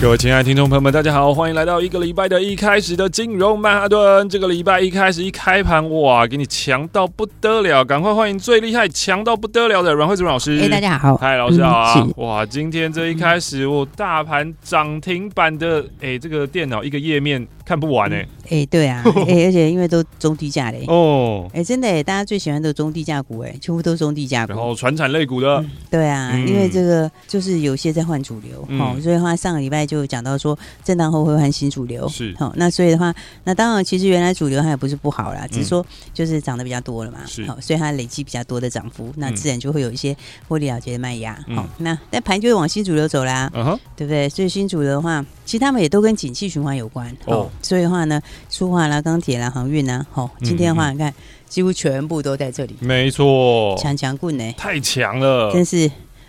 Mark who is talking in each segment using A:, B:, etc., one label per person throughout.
A: 各位亲爱的听众朋友们，大家好，欢迎来到一个礼拜的一开始的金融曼哈顿。这个礼拜一开始一开盘，哇，给你强到不得了！赶快欢迎最厉害、强到不得了的阮慧主任老师。
B: 哎、大家好，
A: 嗨，老嗯师好啊！
B: 嗯是
A: 哇，今天这一开始，我大盘涨停板的，哎、这个电脑一个页面看不完哎、
B: 哎、对 啊，哎、而且因为都中低价嘞，哎、
A: 哦。
B: 真的、哎大家最喜欢的中低价股、哎，全部都中低价
A: 然
B: 股
A: 后，传产类股的，
B: 对啊，
A: 嗯
B: 因为这个就是有些在换主流，
A: 嗯
B: 哦，所以的话上个礼拜就有讲到说，震荡后会换新主流，
A: 是
B: 好、那所以的话，那当然其实原来主流它也不是不好啦，只是说就是涨得比较多了嘛，
A: 嗯是
B: 好、所以它累积比较多的涨幅，那
A: 嗯
B: 自然就会有一些获利了结的卖压，好、
A: 嗯
B: 那但盘就会往新主流走啦，
A: 嗯哼，
B: 对不对？所以新主流的话，其实他们也都跟景气循环有关
A: 哦
B: 哦所以的话呢，塑化啦、钢铁啦、航运啦，哦，
A: 嗯哦
B: 今天的话，你看几乎全部都在这里，
A: 没错，
B: 强强棍呢、
A: 太强了，
B: 真是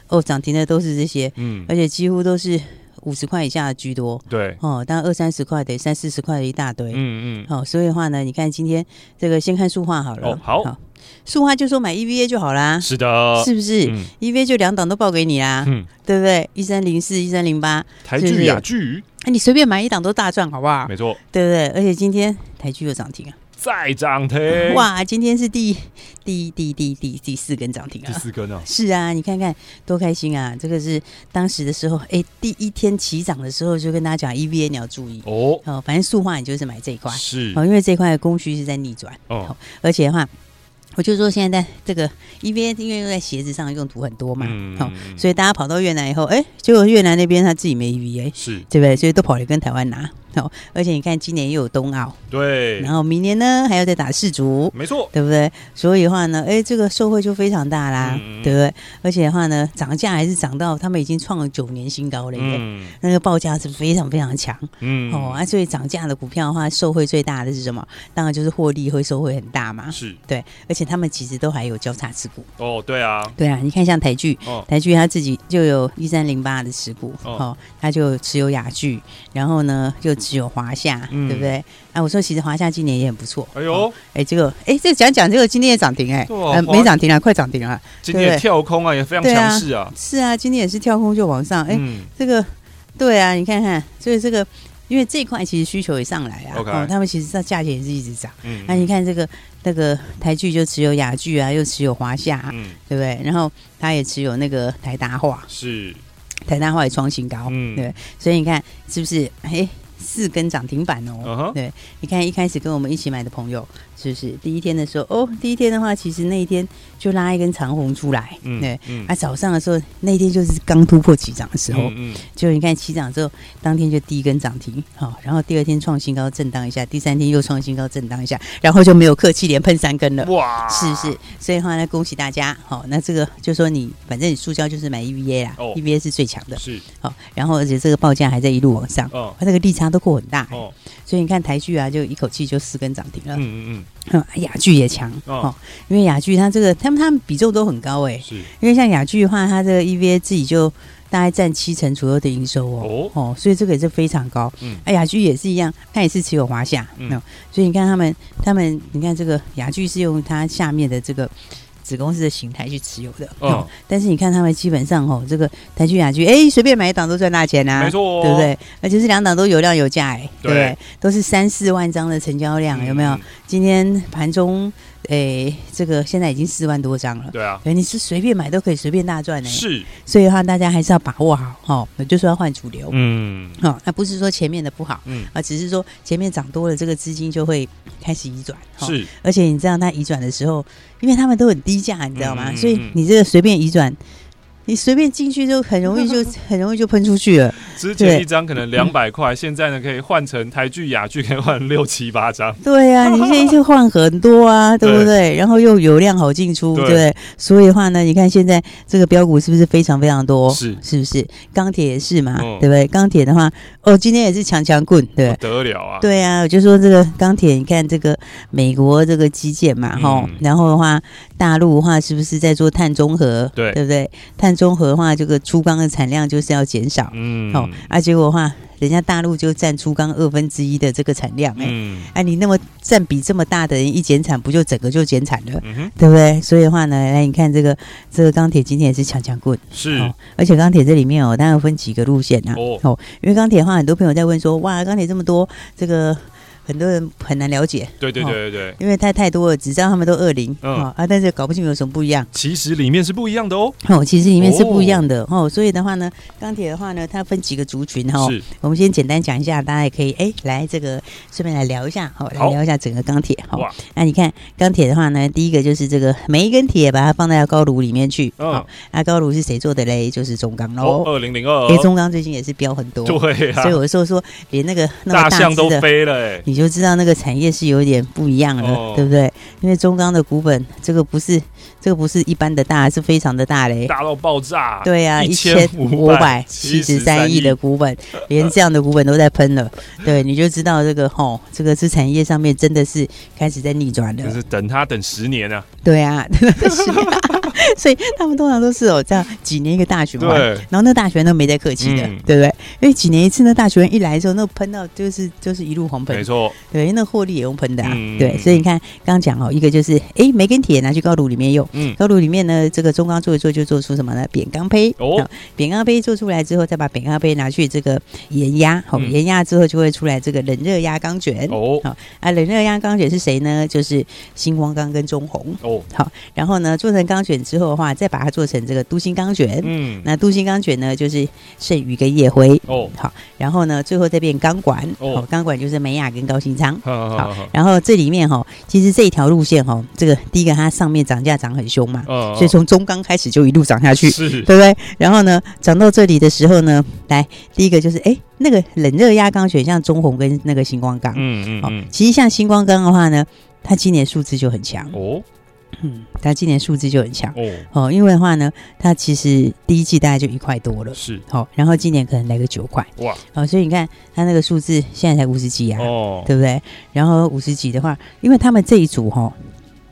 B: 哦，涨停的都是这些，
A: 嗯，
B: 而且几乎都是五十块以下的居多
A: 对，
B: 哦，当然二三十块的、三四十块的一大堆。
A: 嗯嗯，
B: 哦，所以的话呢，你看今天这个先看塑化好了。
A: 哦好
B: 塑化就说买 EVA 就好啦，
A: 是的，
B: 是不是、
A: 嗯
B: e v a 就两档都报给你啦，
A: 嗯，
B: 对不对？一三零四、一三零八，
A: 台
B: 是不啊
A: 剧
B: 是
A: 雅剧，
B: 那哎你随便买一档都大赚，好不好？
A: 没错，
B: 对不对？而且今天台剧又涨停啊！
A: 再涨停，，
B: 哇，今天是第第第第第第四根涨停
A: 第
B: 啊！
A: 四根啊，
B: 是啊，你看看多开心啊！这个是当时的时候，哎，第一天起涨的时候就跟大家讲，EVA 你要注意
A: 哦，
B: 哦，反正塑化你就是买这一块
A: 是，
B: 哦，因为这一块的供需是在逆转，
A: 哦，
B: 而且的话，我就说现在在这个 EVA 因为用在鞋子上用途很多嘛，好、
A: 嗯
B: 所以大家跑到越南以后，哎，结果越南那边他自己没 E EVA，
A: 是，
B: 对不对？所以都跑来跟台湾拿哦，而且你看今年又有冬奥。
A: 对，
B: 然后明年呢还要再打世足，
A: 没错，
B: 对不对？所以的话呢，哎，这个受惠就非常大啦，
A: 嗯
B: 对不对？而且的话呢，涨价还是涨到他们已经创了九年新高了耶。
A: 嗯
B: 那个报价是非常非常强、
A: 嗯
B: 哦啊，所以涨价的股票的话，受惠最大的是什么？当然就是获利会收惠很大嘛。
A: 是，
B: 对，而且他们其实都还有交叉持股。
A: 哦，对啊，
B: 对啊，你看像台剧，
A: 哦，
B: 台剧他自己就有一三零八的持股，
A: 哦
B: 哦他就持有雅剧，然后呢又持有华夏，
A: 嗯
B: 对不对？啊，我说其实华夏今年也很不错，
A: 哎
B: 哦，
A: 呦，
B: 哎，这个哎，这个讲讲这个今天也涨停哎，
A: 对啊
B: 呃
A: 华
B: 没涨停啊，快涨停啊，
A: 今天
B: 对
A: 的跳空啊也非常
B: 对啊
A: 强势啊，
B: 是啊，今天也是跳空就往上，哎，
A: 嗯，
B: 这个对啊，你看看，所以这个。因为这一块其实需求也上来啊
A: OK
B: 他们其实它价钱也是一直涨。
A: 嗯
B: 那、你看这个那个台剧就持有雅剧啊，又持有华夏、啊，
A: 嗯
B: 对不对？然后它也持有那个台达化，
A: 是，
B: 台大化也创新高，
A: 嗯
B: 哦对，所以你看是不是？哎，四根涨停板哦。
A: 嗯哼，
B: 对，你看一开始跟我们一起买的朋友，是不是第一天的时候？哦，第一天的话，其实那一天就拉一根长红出来，
A: 嗯
B: 对。
A: 嗯
B: 啊，早上的时候，那一天就是刚突破起涨的时候，
A: 嗯
B: 就你看起涨之后，当天就第一根涨停，好、然后第二天创新高震荡一下，第三天又创新高震荡一下，然后就没有客气，连喷三根了
A: 嗯，。哇，
B: 是不是？所以的话呢，恭喜大家。好、那这个就说你，反正你塑胶就是买 EVA 啦、
A: 哦
B: e v a 是最强的。
A: 是，
B: 好、然后而且这个报价还在一路往上，
A: 哦
B: 它这个利差都扩很大、
A: 哦，
B: 所以你看台剧啊，就一口气就四根涨停了。
A: 嗯嗯
B: 嗯，雅剧也强
A: 哦
B: 哦因为雅剧它这个他们他们比重都很高哎、
A: 嗯，是，
B: 因为像雅剧的话，它这个 EVA 自己就大概占七成左右的营收哦哦所以这个也是非常高。
A: 嗯
B: 啊，雅剧也是一样，它也是持有华夏，
A: 嗯
B: 嗯，所以你看他们他们你看这个雅剧是用它下面的这个。子公司的形态去持有的，
A: 哦
B: 哦，但是你看他们基本上哦，这个台剧、雅剧，哎，随便买一档都赚大钱啊，
A: 没错，
B: 对不？对？而且是两档都有量有价、哎，
A: 哦对
B: 对不对？都是三四万张的成交量，有没有
A: 嗯？？
B: 今天盘中，哎、这个现在已经四万多张了。哎
A: 对啊，
B: 对，你是随便买都可以随便大赚呢、哎
A: 是，
B: 所以的话，大家还是要把握好哦。我就说要换主流，
A: 嗯
B: 哦，那不是说前面的不好，
A: 嗯，
B: 啊，只是说前面涨多了，这个资金就会开始移转。哦，
A: 是，
B: 而且你知道它移转的时候，因为他们都很低价，你知道吗？
A: 嗯嗯
B: 所以
A: 嗯
B: 你这个随便移转，你随便进去就很容 易就很容易就喷出去了。
A: 之前
B: 对嗯
A: 一张可能两百块，现在呢可以换成台剧、雅剧，可以换六七八张。
B: 对呀、你现在就换很多啊，对不对？然后又有量好进出，
A: 对
B: 对不对？所以的话呢，你看现在这个标股是不是非常非常多？
A: 是
B: 是不是？钢铁也是嘛，
A: 嗯
B: 对不对？钢铁的话，哦，今天也是强强棍，对不对。
A: 不得了啊！
B: 对啊，我就说这个钢铁，你看这个美国这个基建嘛，哈、
A: 嗯
B: 然后的话，大陆的话是不是在做碳中和？
A: 对
B: 对不对？碳中和的话，这个粗钢的产量就是要减少。
A: 嗯，
B: 哦，啊，结果的话，人家大陆就占粗钢二分之一的这个产量、哎、
A: 嗯
B: 哎，你那么占比这么大的人一减产，不就整个就减产了，
A: 嗯哼，
B: 对不对？所以的话呢，来你看这个这个钢铁今天也是强强棍，
A: 是
B: 哦，而且钢铁这里面哦，当然分几个路线啊，
A: 哦
B: 哦，因为钢铁的话，很多朋友在问说，哇，钢铁这么多，这个很多人很难了解，
A: 对对对对对，
B: 因为它太多了，只知道他们都二零、
A: 嗯
B: 哦啊，但是搞不清楚有什么不一样。
A: 其实里面是不一样的哦，
B: 哦，其实里面是不一样的哦所以的话呢，钢铁的话呢，它分几个族群哈、哦。
A: 是
B: 我们先简单讲一下，大家也可以哎来这个顺便来聊一下，好、来
A: 好
B: 聊一下整个钢铁哈、哦
A: 哇，
B: 那你看钢铁的话呢，第一个就是这个每一根铁把它放到高炉里面去，
A: 嗯
B: 好那高炉是谁做的嘞？就是中钢
A: 哦，
B: 喽。
A: 二零零二
B: 哎、，中钢最近也是飙很多，
A: 对
B: 所以
A: 啊，
B: 我说说连那个那么
A: 大
B: 大
A: 象
B: 只
A: 都
B: 的
A: 飞了哎，
B: 你就知道那个产业是有点不一样了，
A: 哦
B: 对不对？因为中钢的股本，这个不是这个不是一般的大，是非常的大嘞。
A: 大到爆炸，
B: 对啊，一千五百七十三亿的股本， 连这样的股本都在喷了，对，你就知道这个吼，这个是产业上面真的是开始在逆转
A: 就
B: 了。
A: 是等他等十年啊，
B: 对啊， 真的是啊所以他们通常都是有这样几年一个大循环，
A: 对，
B: 然后那大学都没在客气的，
A: 嗯
B: 对不对？因为几年一次，那大学一来的时候，那喷到就是就是一路红
A: 没
B: 喷，
A: 错，
B: 对，那获利也用喷的、啊，
A: 嗯
B: 对，所以你看刚刚讲哦，一个就是哎，梅根铁拿去高炉里面用，
A: 嗯，
B: 高炉里面呢，这个中钢做一做就做出什么呢？扁钢胚
A: 哦
B: 啊扁钢胚做出来之后，再把扁钢胚拿去这个盐压，好、
A: 嗯
B: 盐压之后就会出来这个冷热压钢卷。
A: 哦
B: 啊，冷热压钢卷是谁呢？就是星光钢跟中红。
A: 哦，
B: 然后呢，做成钢卷之后的话，再把它做成这个镀锌钢卷。
A: 嗯，
B: 那镀锌钢卷呢，就是剩余跟夜辉。
A: 哦，
B: 好，然后呢，最后再变钢管。
A: 哦
B: 哦，钢管就是美雅跟高新仓。
A: 好好好，
B: 然后这里面哈、其实这一条路线哈、这个第一个它上面涨价涨很凶嘛，
A: 嗯
B: 所以从中钢开始就一路涨下去，
A: 是
B: 对不对？然后呢，涨到这里的时候呢，来第一个就是哎，那个冷热压钢选项中红跟那个星光钢，
A: 嗯嗯
B: 哦
A: 嗯，
B: 其实像星光钢的话呢，它今年数字就很强，
A: 哦
B: 嗯，它今年数字就很强
A: 哦
B: 哦，因为的话呢，它其实第一季大概就一块多了。
A: 是
B: 好、然后今年可能来个九块，
A: 哇
B: 好、所以你看它那个数字现在才五十几啊，
A: 哦
B: 对不对？然后五十几的话，因为他们这一组哈、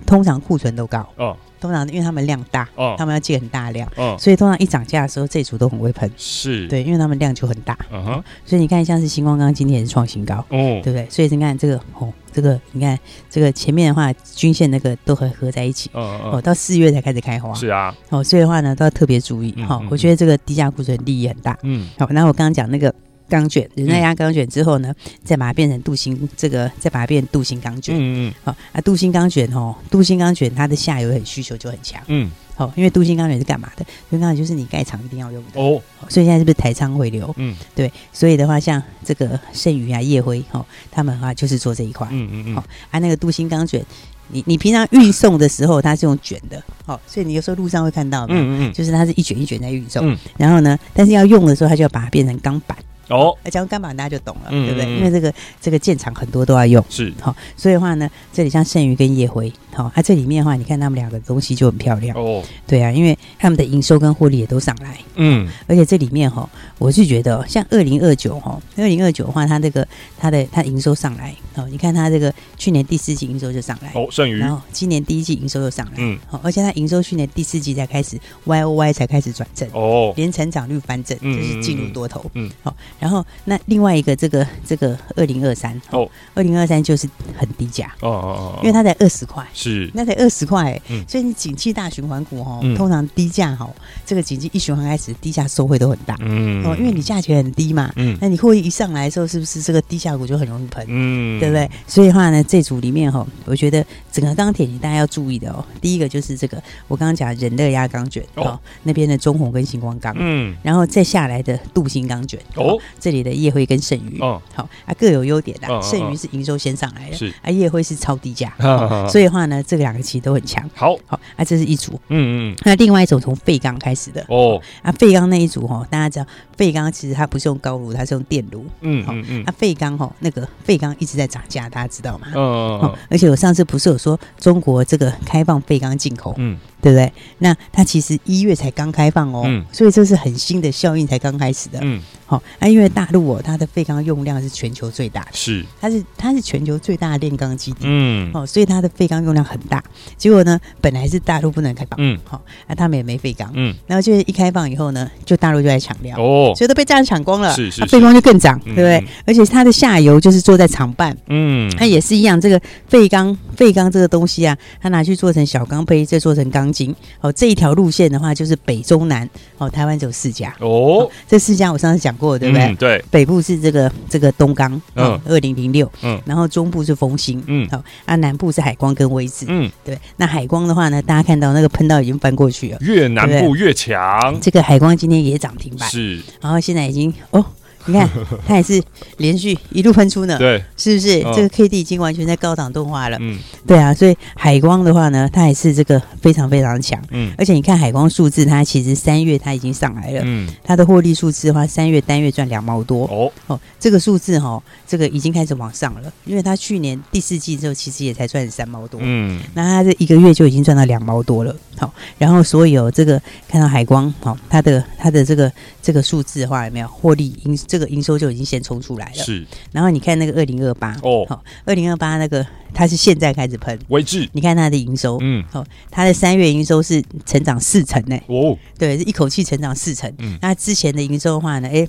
B: 通常库存都高，
A: 哦
B: 通常因为他们量大，他
A: 哦
B: 们要借很大量，
A: 哦
B: 所以通常一涨价的时候，这一组都很会喷。
A: 是，
B: 对，因为他们量就很大，
A: 嗯哼
B: 所以你看像是星光刚今天也是创新高，
A: 哦
B: 对不对？所以你看这个哦，这个你看这个前面的话，均线那个都合合在一起。
A: 嗯
B: 哦，到四月才开始开花
A: 嗯，是啊，
B: 哦，所以的话呢，都要特别注意
A: 嗯
B: 哈、
A: 嗯
B: 我觉得这个低价库存利益很大。
A: 嗯
B: 好，那我刚刚讲那个钢卷，人家压钢卷之后呢，再把它变成镀锌，这个再把它变成镀锌钢卷。
A: 嗯嗯
B: 好、啊，镀锌钢卷哦，镀锌钢卷它的下游很需求就很强。
A: 嗯
B: 好、因为镀锌钢卷是干嘛的？镀锌钢卷就是你盖厂一定要用的。
A: 哦
B: 哦所以现在是不是台仓回流？
A: 嗯
B: 对，所以的话，像这个剩余啊、夜辉哦，他们的话就是做这一块。
A: 嗯嗯嗯
B: 好啊，那个镀锌钢卷，你你平常运送的时候它是用卷的，哦，所以你有时候路上会看到的。
A: 嗯嗯
B: 就是它是一卷一卷在运送，
A: 嗯
B: 然后呢，但是要用的时候，它就要把它变成钢板。
A: 哦
B: 呃，讲到钢板大家就懂了，
A: 嗯
B: 对
A: 嗯
B: 不对？
A: 嗯
B: 因为这个这个建厂很多都要用，
A: 是
B: 好、所以的话呢，这里像剩余跟夜辉，好、它、这里面的话，你看他们两个东西就很漂亮，
A: 哦
B: 对啊，因为他们的营收跟获利也都上来，
A: 嗯
B: 而且这里面哈、我是觉得哦像二零二九哈，二零二九的话，它这个它的它营收上来，哦，你看它这个去年第四季营收就上来，
A: 哦剩余
B: 哎然后今年第一季营收又上来，
A: 嗯
B: 好、而且它营收去年第四季才开始 Y O Y 才开始转正。
A: 哦
B: 连成长率翻正，
A: 嗯
B: 就是进入多头。
A: 嗯
B: 嗯
A: 嗯，
B: 好、然后那另外一个这个这个二零二三
A: 哦
B: 哦，二零二三就是很低价，
A: 哦哦，
B: 因为它才二十块。
A: 是
B: 那才二十块欸、
A: 嗯
B: 所以你景气大循环股哦，
A: 嗯
B: 通常低价哦，这个景气一循环开始，低价收回都很大、
A: 嗯
B: 哦，因为你价钱很低嘛，
A: 嗯
B: 那你获利一上来的时候，是不是这个低价股就很容易喷，
A: 嗯
B: 对不对？所以的话呢，这组里面哈、我觉得整个钢铁你大家要注意的哦，第一个就是这个我刚刚讲人热压钢卷
A: 哦
B: 哦那边的中红跟星光钢，
A: 嗯
B: 然后再下来的镀锌钢卷
A: 哦
B: 这里的夜辉跟剩余，好、
A: 哦
B: 啊各有优点
A: 嗯嗯
B: 啦。
A: 嗯
B: 剩余是营收先上来的，
A: 是嗯
B: 啊夜辉是超低价，
A: 哈哈
B: 哦
A: 哈
B: 所以的话呢，这两个其实都很强。
A: 好
B: 好、啊这是一组，
A: 嗯嗯
B: 那另外一种从废钢开始的
A: 哦
B: 啊废钢那一组哦，大家知道废钢其实它不是用高炉，它是用电炉。
A: 嗯嗯嗯
B: 啊废钢哦，那个废钢一直在涨价，大家知道吗？哦
A: 嗯，
B: 而且我上次不是有说中国这个开放废钢进口，
A: 嗯
B: 对不对？那它其实一月才刚开放哦，
A: 嗯
B: 所以这是很新的效应才刚开始的。
A: 嗯
B: 好、那因为大陆哦，它的废钢用量是全球最大的，
A: 是，
B: 它是它是全球最大的炼钢基地。
A: 嗯
B: 哦，所以它的废钢用量很大，结果呢，本来是大陆不能开放，
A: 嗯
B: 好、那、他们也没废钢，
A: 嗯，
B: 然后就一开放以后呢，就大陆就来抢料，
A: 哦，
B: 所以都被这样抢光了，
A: 是是
B: 那
A: 是
B: 废光就更涨，对
A: 嗯
B: 不对
A: 嗯？
B: 而且它的下游就是做在厂办，
A: 嗯，
B: 它也是一样，这个废钢废钢这个东西啊，它拿去做成小钢坯，再做成钢筋。哦，这一条路线的话，就是北中南哦，台湾只有四家，
A: 哦，
B: 这四家我上次讲过，对不对？
A: 嗯对，
B: 北部是这个这个东钢，嗯，二零零六，
A: 嗯
B: 然后中部是丰兴，
A: 嗯
B: 好、啊，南部是海光跟威志，
A: 嗯，
B: 对。那海光的话呢，大家看到那个喷到已经翻过去了，
A: 越南部越强，
B: 这个海光今天也涨停板，
A: 嗯是，
B: 然后现在已经哦，你看它也是连续一路喷出呢，
A: 对，
B: 是不是？
A: 嗯
B: 这个 K D 已经完全在高档动画了，
A: 嗯
B: 对啊，所以海光的话呢，它也是这个非常非常强，
A: 嗯
B: 而且你看海光数字，它其实三月它已经上来了。
A: 嗯，
B: 它的获利数字的话，三月单月赚两毛多
A: 哦，
B: 哦，这个数字哈、哦，这个已经开始往上了，因为它去年第四季之后，其实也才赚三毛多，
A: 嗯
B: 那它这一个月就已经赚到两毛多了，好、然后所以哦，这个看到海光，好、它的它的这个这个数字的话，有没有获利营这个营收就已经先冲出来了，
A: 是，
B: 然后你看那个二零二八
A: 哦
B: 好，二零二八那个它是现在开始喷，
A: 位置，
B: 你看它的营收，
A: 嗯，
B: 它的三月营收是成长四成呢、
A: 哦，
B: 对，是一口气成长四成。
A: 嗯
B: 那之前的营收的话呢，哎，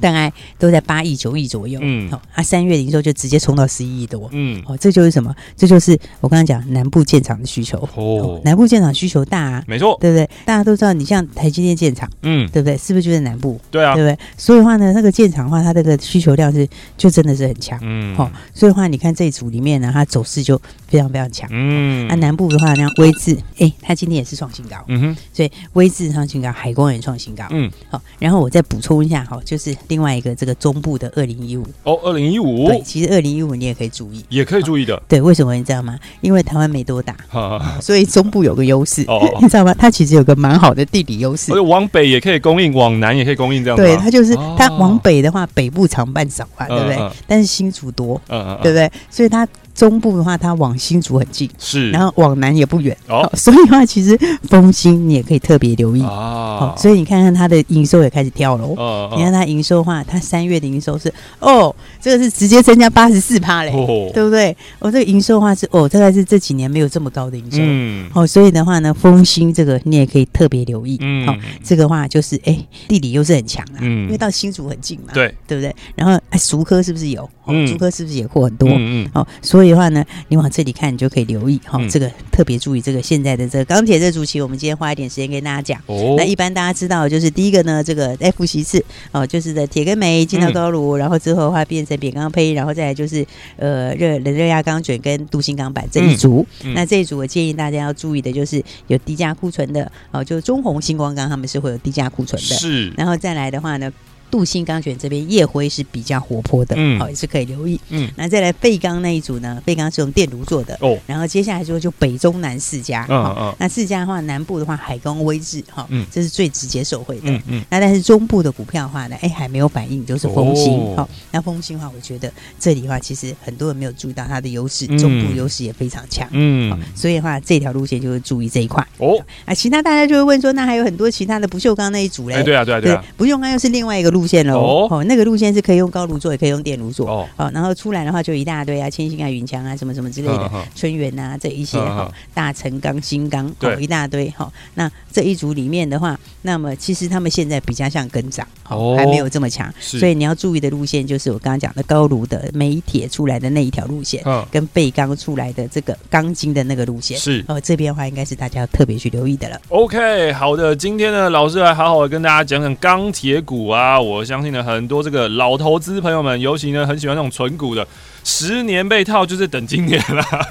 B: 大概都在八亿、九亿左右。
A: 嗯
B: 好、它三月营收就直接冲到十一亿多。
A: 嗯，
B: 哦，这就是什么？这就是我刚刚讲南部建厂的需求。
A: 哦，
B: 南部建厂需求大、啊，
A: 没错，
B: 对不对？大家都知道，你像台积电建厂，
A: 嗯，
B: 对不对？是不是就在南部？
A: 对啊
B: 对，不对？所以的话呢，那个建厂的话，它这个需求量是就真的是很强。
A: 嗯，
B: 好、所以的话，你看这一组里面呢，它走势就非常非常强。
A: 嗯
B: 啊，，南部的话，那威智，哎，它今天也是创新高，
A: 嗯哼，
B: 所以威智创新高，海光也创新高。
A: 嗯，
B: 好，然后我再补充一下，哈，就是另外一个这个中部的二零一五，
A: 哦，二零一五
B: 对，其实二零一五你也可以注意，
A: 也可以注意的，
B: 对，为什么你知道吗？因为台湾没多大，
A: 哈，哈
B: 所以中部有个优势，
A: 哦哦
B: 你知道吗？它其实有个蛮好的地理优势
A: 而且。往北也可以供应，往南也可以供应，这样子
B: 对，
A: 吗
B: 它就是
A: 哦
B: 它往北的话，北部常办少啊，对不
A: 嗯
B: 对
A: 嗯？
B: 但是新竹多，
A: 嗯嗯，嗯，
B: 对不对？所以它中部的话，它往新竹很近，
A: 是，
B: 然后往南也不远。
A: 哦
B: 好所以的话，其实风兴你也可以特别留意。好、
A: 啊，
B: 所以你看看它的营收也开始跳楼。
A: 嗯，嗯
B: 你看它营收的话，它三月的营收是哦，这个是直接增加八十四趴嘞，
A: 哦
B: 对不对？哦，这个营收的话是哦，大概是这几年没有这么高的营收。
A: 嗯
B: 哦，所以的话呢，风兴这个你也可以特别留意。
A: 嗯
B: 好、这个话就是哎，地理又是很强啦，
A: 嗯
B: 因为到新竹很近嘛，
A: 对，
B: 对不对？然后哎，竹科是不是有？哦
A: 嗯，
B: 竹科是不是也货很多？
A: 嗯嗯，
B: 哦，所以的话呢，你往这里看，你就可以留意哈、哦
A: 嗯
B: 这个特别注意这个现在的这个钢铁这主题，我们今天花一点时间跟大家讲。
A: 哦
B: 那，一般大家知道的就是第一个呢，这个再复习一次哦，就是的铁跟镁进到
A: 嗯
B: 高炉，然后之后的话变成扁钢坯，然后再来就是呃热冷热压钢卷跟镀锌钢板这一组。
A: 嗯嗯
B: 那这一组我建议大家要注意的就是有低价库存的哦，就中红、星光钢他们是会有低价库存的。
A: 是，
B: 然后再来的话呢，镀锌钢卷这边夜辉是比较活泼的，哦
A: 嗯
B: 好、也是可以留意。
A: 嗯，
B: 那再来废钢那一组呢，废钢是用电炉做的，
A: 哦，
B: 然后接下来就就北中南四家，
A: 嗯
B: 好
A: 嗯
B: 那四家的话，南部的话海光威智哈，
A: 嗯
B: 这是最直接受惠的。
A: 嗯嗯，
B: 那但是中部的股票的话呢，哎还没有反应，就是风兴。
A: 哦
B: 好、那风兴的话，我觉得这里的话，其实很多人没有注意到它的优势，
A: 嗯
B: 中部优势也非常强。好
A: 嗯，
B: 所以的话，这条路线就是注意这一块。
A: 哦，
B: 啊，其他大家就会问说，那还有很多其他的不锈钢那一组嘞？
A: 哎，对啊，对啊，对啊，
B: 不锈钢又是另外一个路线喽。
A: 哦
B: 那个路线是可以用高炉做，也可以用电炉做。
A: 哦，
B: 哦，然后出来的话就一大堆啊，千星啊、云强啊，什么什么之类的
A: 嗯嗯，
B: 春元啊这一些
A: 嗯嗯
B: 哈、哦，大成钢、新钢哦
A: 对
B: 一大堆哈、哦。那这一组里面的话，那么其实他们现在比较像跟涨，哦，
A: 哦
B: 还没有这么强，
A: 是
B: 所以你要注意的路线就是我刚刚讲的高炉的煤铁出来的那一条路线，
A: 嗯，
B: 跟背钢出来的这个钢筋的那个路线。
A: 是。
B: 哦，这边的话应该是大家要特别去留意的了。
A: OK，好的，今天呢，老师来好好的跟大家讲讲钢铁股啊。我相信呢，很多这个老投资朋友们，尤其呢很喜欢那种纯股的，十年被套就是等今年啦。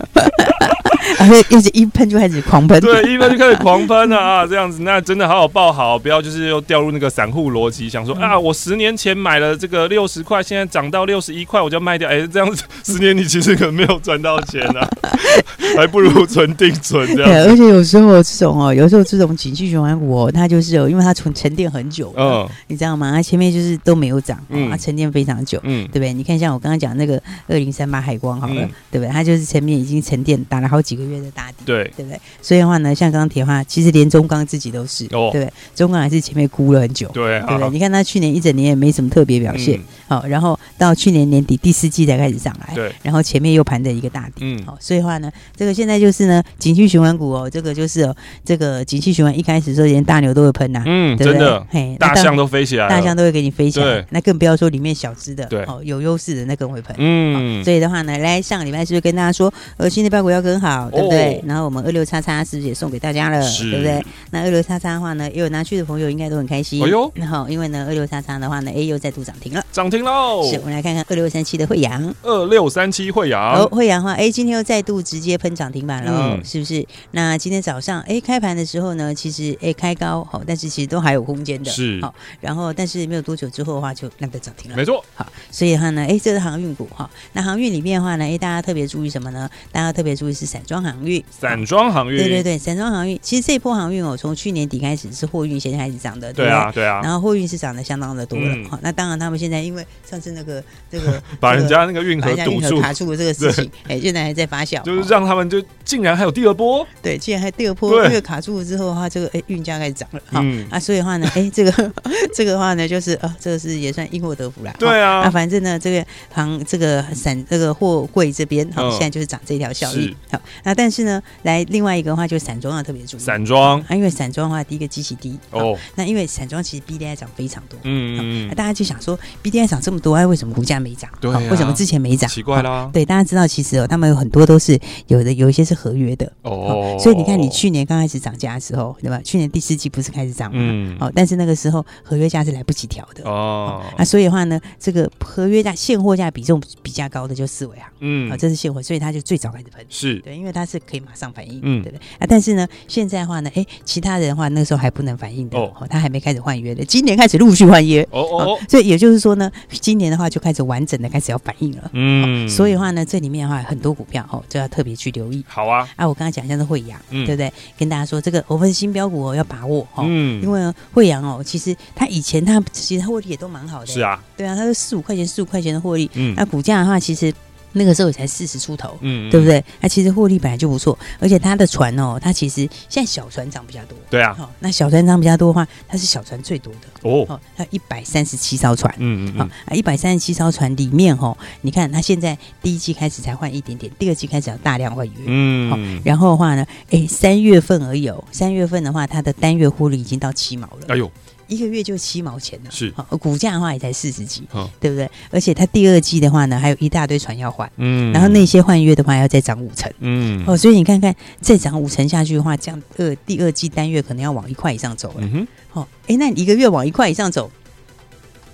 B: 而哦且一直一喷就开始狂喷，
A: 对，一般就开始狂喷了啊，这样子，那真的好好抱好，不要就是又掉入那个散户逻辑，想
B: 嗯
A: 说啊，我十年前买了这个六十块，现在涨到六十一块，我就要卖掉。哎、 这样子十年你其实可能没有赚到钱啊， 还不如存定存这样
B: 对，
A: 子。
B: 而且有时候这种哦，有时候这种景气循环股哦，它就是有，因为它存沉淀很久，嗯，
A: 嗯
B: 你知道吗？它前面就是都没有涨，哦
A: 嗯
B: 它沉淀非常久，
A: 嗯
B: 对不对？你看像我刚刚讲那个二零三八海光好了，
A: 嗯
B: 对不对？它就是前面已经沉淀打了好几个月的打底，
A: 对，
B: 对不对？所以的话呢，像钢铁的话，其实连中钢自己都是，
A: 哦
B: 对不对？中钢还是前面估了很久，
A: 对啊
B: 不对？你看它去年一整年也没什么特别表现，
A: 嗯
B: 好、然后到去年年底第四季才开始上来，
A: 对，
B: 然后前面又盘的一个大底，
A: 嗯
B: 好、所以的话呢，这个现在就是呢，景气循环股哦，这个就是哦，这个景气循环一开始的时候连大牛都会喷呐、
A: 嗯，
B: 对不
A: 真
B: 对？
A: 的，
B: 嘿那
A: 大
B: 当
A: 象都飞起来了，
B: 大象都会给你飞起来
A: 呃对，
B: 那更不要说里面小只的，
A: 对
B: 哦，有优势的那更会喷。哦
A: 嗯，
B: 所以的话呢，来上个礼拜是不是跟大家说，呃，新的标股要跟好，对不对？
A: 哦
B: 然后我们二六叉叉是不是也送给大家了，
A: 是
B: 对不对？那二六叉叉的话呢，也有拿去的朋友应该都很开心。
A: 哎呦
B: 然后因为呢，二六叉叉的话呢，哎又再度涨停了。
A: 涨停喽，
B: 是，我们来看看二六三七的惠阳。
A: 二六三七惠
B: 哦
A: 阳，，
B: 惠阳的话，哎，今天又再度直接喷涨停板了、哦，
A: 嗯
B: 是不是？那今天早上，哎，开盘的时候呢，其实哎开高，好、但是其实都还有空间的，
A: 是
B: 好、然后，但是没有多久之后的话，就那个涨停了
A: 没。错，
B: 好，所以的话呢，哎，这是航运股哈、那航运里面的话呢，哎，大家特别注意什么呢？大家特别注意是散装航运。
A: 散装航运，
B: 对对对，散装航运，其实这一波航运哦，从去年底开始是货运先开始涨的，
A: 对
B: 不
A: 啊，对啊，
B: 然后货运是涨得相当的多了，
A: 嗯
B: 好、那当然他们现在因为上次那个这个
A: 把
B: 这
A: 人
B: 个
A: 家那个运
B: 把
A: 河
B: 人家
A: 堵
B: 运
A: 住
B: 河，卡住的这个事 情，哎，现在还在发酵，
A: 就是
B: 哦
A: 让他们就竟然还有第二波，
B: 对，既然还第二波
A: 对
B: 这个卡住了之后的话，这个哎运价开始涨了，哈、
A: 嗯
B: 啊，所以的话呢，哎，这个 这个的话呢，就是啊，这个是也算因祸得福啦，
A: 对
B: 啊
A: 啊，
B: 反正呢，这个行这个散这个货柜这边，好、
A: 嗯
B: 现在就是涨这条效益
A: 是，
B: 好，那但是呢，来另外一个的话，就散装要啊特别注意，
A: 散装，
B: 啊，因为散装的话，第一个基期低，哦，
A: 哦，
B: 那因为散装其实 B D I 涨非常多。
A: 嗯
B: 啊
A: 嗯，
B: 大家就想说，B D I 涨这么多，哎，为什么股价没涨？
A: 对
B: 好
A: 啊
B: 为什么之前没涨？
A: 奇怪
B: 好
A: 啦，
B: 对，大家知道，其实哦，他们有很多都是有的，有一些是合约的
A: 哦，
B: 所以你看，你去年刚开始涨价的时候，对吧？去年第四季不是开始涨吗？
A: 嗯
B: 哦，但是那个时候合约价是来不及调的。
A: 哦，
B: 啊，所以的话呢，这个合约价、现货价比重比较高的就四维行
A: 嗯
B: 啊，，这是现货，所以它就最早开始喷，
A: 是，
B: 对，因为它是可以马上反应，
A: 嗯
B: 对不对？啊，但是呢，现在的话呢，哎，其他人的话那个时候还不能反应的，
A: 哦
B: 哦，他还没开始换约的，今年开始陆续换约，
A: 哦哦
B: 哦
A: 哦，，
B: 所以也就是说呢，今年的话就开始完整的开始要反应了，
A: 嗯，
B: 所以的话呢，这里面的话很多股票哦，就要特别去留意。
A: 好啊，
B: 啊，我刚刚讲像是惠阳，
A: 嗯
B: 对不对？跟大家说，这个我们新标股哦，要把握哦，
A: 嗯
B: 因为呢惠阳哦，其实它以前它其实它获利也都蛮好的，
A: 是啊，
B: 对啊，它是四五块钱、四五块钱的获利，
A: 嗯
B: 那、股价的话，其实那个时候也才四十出头。
A: 嗯，
B: 对不
A: 对？
B: 对？那、其实获利本来就不错，而且它的船哦，它其实现在小船涨比较多。
A: 对啊，
B: 哦，那小船涨比较多的话，它是小船最多的
A: 哦，
B: 哦，它一百三十七艘船。
A: 嗯嗯
B: 好、啊，一百三十七艘船里面哦，你看它现在第一季开始才换一点点，第二季开始要大量换约。
A: 嗯
B: 好
A: 嗯，
B: 然后的话呢，哎，三月份而已哦，三月份的话，它的单月获利已经到七毛了。
A: 哎呦，
B: 一个月就七毛钱了，
A: 是
B: 好、股价的话也才四十几，
A: 嗯
B: 对不对？而且它第二季的话呢，还有一大堆船要换，
A: 嗯，
B: 然后那些换约的话要再涨五成、
A: 嗯，
B: 哦，所以你看看再涨五成下去的话，这样呃第二季单月可能要往一块以上走了。
A: 嗯哼，
B: 哦，哎，那你一个月往一块以上走，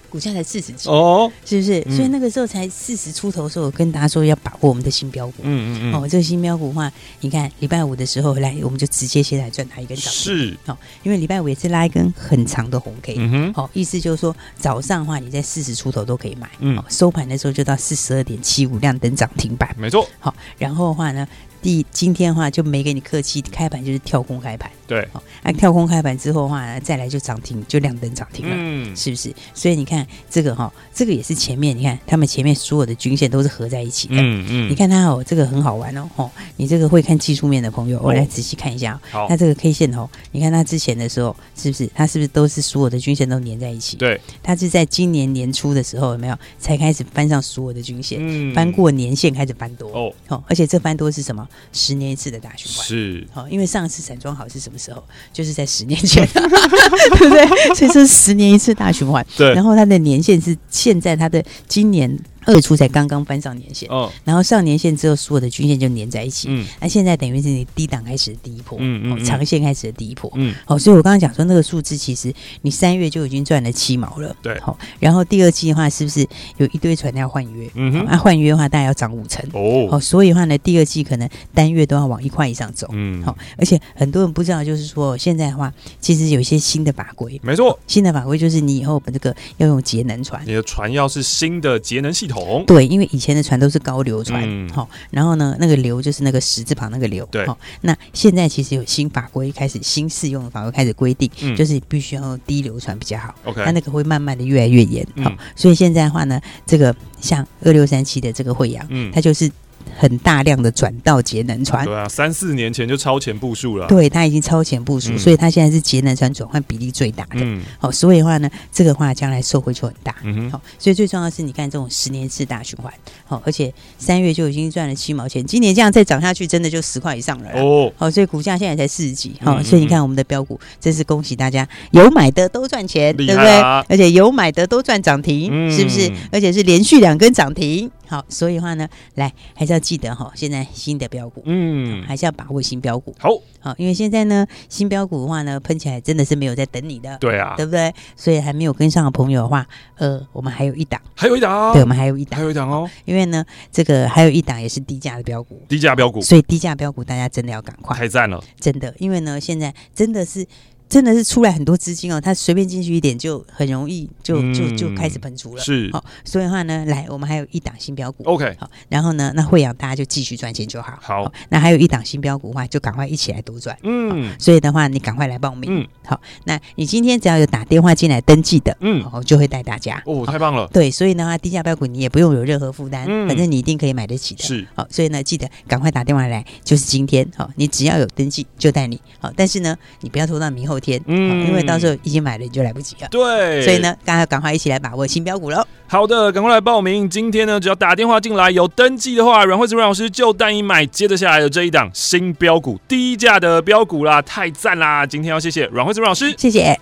B: 股价才四十几，
A: 哦，
B: 是不是？
A: 嗯
B: 所以那个时候才四十出头的时候，我跟大家说要把握我们的新标股。
A: 嗯嗯嗯，
B: 哦，这个新标股的话，你看礼拜五的时候来，我们就直接先来赚它一根涨停，
A: 是，
B: 因为礼拜五也是拉一根很长的红 K，、
A: 嗯哼，
B: 好、意思就是说早上的话，你在四十出头都可以买，
A: 嗯
B: 哦，收盘的时候就到四十二点七五亮灯涨停板，
A: 没错，
B: 好、然后的话呢，第今天的话就没给你客气，开盘就是跳空开盘，
A: 对，
B: 好、那跳空开盘之后的话呢，再来就涨停，就亮灯涨停了。
A: 嗯，
B: 是不是？所以你看这个哈、这个也是前面你看他们前面所有的均线都是合在一起的。
A: 嗯嗯，
B: 你，看它哦，这个很好玩哦，哦，你这个会看技术面的朋友，我、
A: 哦
B: 来仔细看一下、哦。
A: 好
B: 那，这个 K 线哦，你看它之前的时候，是不是它是不是都是所有的均线都粘在一起？，
A: 对，
B: 它是在今年年初的时候有没有才开始翻上所有的均线，
A: 嗯
B: 翻，过年线开始翻多哦
A: 哦，
B: 而且这翻多是什么？十年一次的大循环。
A: 是，
B: 哦，因为上次散装好是什么时候？就是在十年前， 对不对？所以这是十年一次大循环。
A: 对
B: 然，后它的年限是现在它的今年二月初才刚刚翻上年线，
A: 哦，
B: 然后上年线之后所有的均线就粘在一起。
A: 嗯
B: 那现在等于是你低档开始的第一波，
A: 嗯嗯
B: 哦
A: 嗯
B: 长线开始的第一波。
A: 嗯，
B: 哦，所以我刚刚讲说那个数字，其实你三月就已经赚了七毛了，
A: 对
B: 好、然后第二季的话，是不是有一堆船要换约？
A: 嗯哼
B: 哦那、换约的话，大概要涨五成。
A: 哦
B: 哦，，所以的话呢，第二季可能单月都要往一块以上走。
A: 嗯，
B: 好、而且很多人不知道，就是说现在的话，其实有一些新的法规，
A: 没错，
B: 新的法规就是你以后这个要用节能船。
A: 你的船要是新的节能系统，
B: 对，因为以前的船都是高流船，
A: 嗯
B: 好、然后呢，那个流就是那个十字旁那个流，
A: 对
B: 好那现在其实有新法规开始，新适用的法规开始规定，
A: 嗯
B: 就是必须要用低流船比较好，
A: ，OK，
B: 它那个会慢慢的越来越严，好、
A: 嗯
B: 所以现在的话呢，这个像二六三七的这个惠阳，
A: 嗯
B: 它就是很大量的转到节能船。
A: 对啊，三四年前就超前部署了。
B: 对，它已经超前部署，
A: 嗯
B: 所以它现在是节能船转换比例最大的。
A: 嗯
B: 哦，所以的话呢，这个话将来受惠就很大。
A: 嗯哼，
B: 好、所以最重要的是，你看这种十年次大循环，好、而且三月就已经赚了七毛钱，今年这样再涨下去，真的就十块以上了啦。
A: 哦，
B: 好、所以股价现在才四十几，好、
A: 嗯
B: 所以
A: 嗯
B: 你看我们的标股，真是恭喜大家，有买的都赚钱，
A: 厉
B: 对不
A: 害
B: 对
A: 啦？
B: 而且有买的都赚涨停，
A: 嗯
B: 是不是？而且是连续两根涨停，好，所以的话呢，来还是要记得哈、现在新的标股。
A: 嗯，
B: 还是要把握新标股，
A: 好，
B: 好、因为现在呢，新标股的话呢，喷起来真的是没有在等你的，
A: 对啊，
B: 对不对？所以还没有跟上的朋友的话，呃，我们还有一档，
A: 还有一档，哦
B: 对，我们还有一
A: 还
B: 档，
A: 有一档哦，
B: 因为呢，这个还有一档也是低价的标股，
A: 低价标股，
B: 所以低价标股大家真的要赶快，
A: 太赞了，
B: 真的，因为呢，现在真的是。真的是出来很多资金哦，它随便进去一点就很容易就就
A: 嗯
B: 就开始喷出了。
A: 是
B: 好、所以的话呢，来，我们还有一档新标股，
A: ，OK，
B: 好、然后呢，那惠阳大家就继续赚钱就好。
A: 好
B: 那还有一档新标股的话，就赶快一起来多赚。
A: 嗯
B: 所以的话，你赶快来报名。
A: 嗯
B: 好，那你今天只要有打电话进来登记的，
A: 嗯，
B: 哦，就会带大家。
A: 哦，太棒了，
B: 对，所以呢，低价标股你也不用有任何负担，
A: 嗯
B: 反正你一定可以买得起的。
A: 是，
B: 好、所以呢，记得赶快打电话来，就是今天，好、你只要有登记就带你，好、但是呢，你不要拖到明后天，
A: 嗯
B: 嗯、因为到时候已经买了你就来不及了。
A: 对，
B: 所以呢，大家赶快一起来把握新标股喽。
A: 好的，赶快来报名！今天呢，只要打电话进来有登记的话，阮惠子阮老师就带你买接着下来的这一档新标股低价的标股啦，太赞啦！今天要谢谢阮惠子阮老师。
B: 谢谢。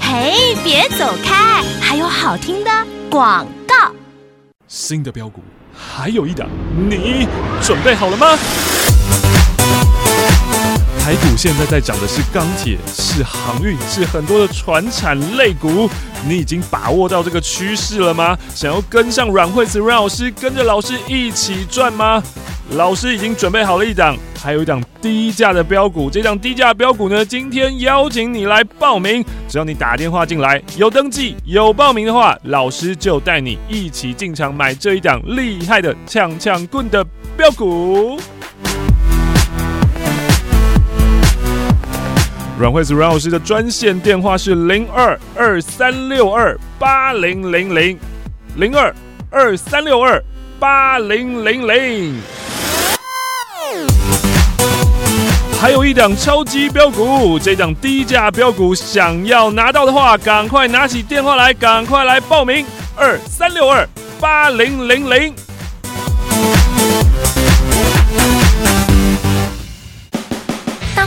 C: 嘿，别走开，还有好听的广告。
A: 新的标股还有一档，你准备好了吗？台股现在在涨的是钢铁，是航运，是很多的船产类股。你已经把握到这个趋势了吗？想要跟上阮惠慈阮老师，跟着老师一起赚吗？老师已经准备好了一档，还有一档低价的标股。这档低价标股呢，今天邀请你来报名，只要你打电话进来，有登记有报名的话，老师就带你一起进场买这一档厉害的呛呛棍的标股。阮惠子阮老师的专线电话是零二二三六二八零零零零二二三六二八零零零。还有一档超级标股，这档低价标股，想要拿到的话，赶快拿起电话来，赶快来报名，二三六二八零零零。
C: 大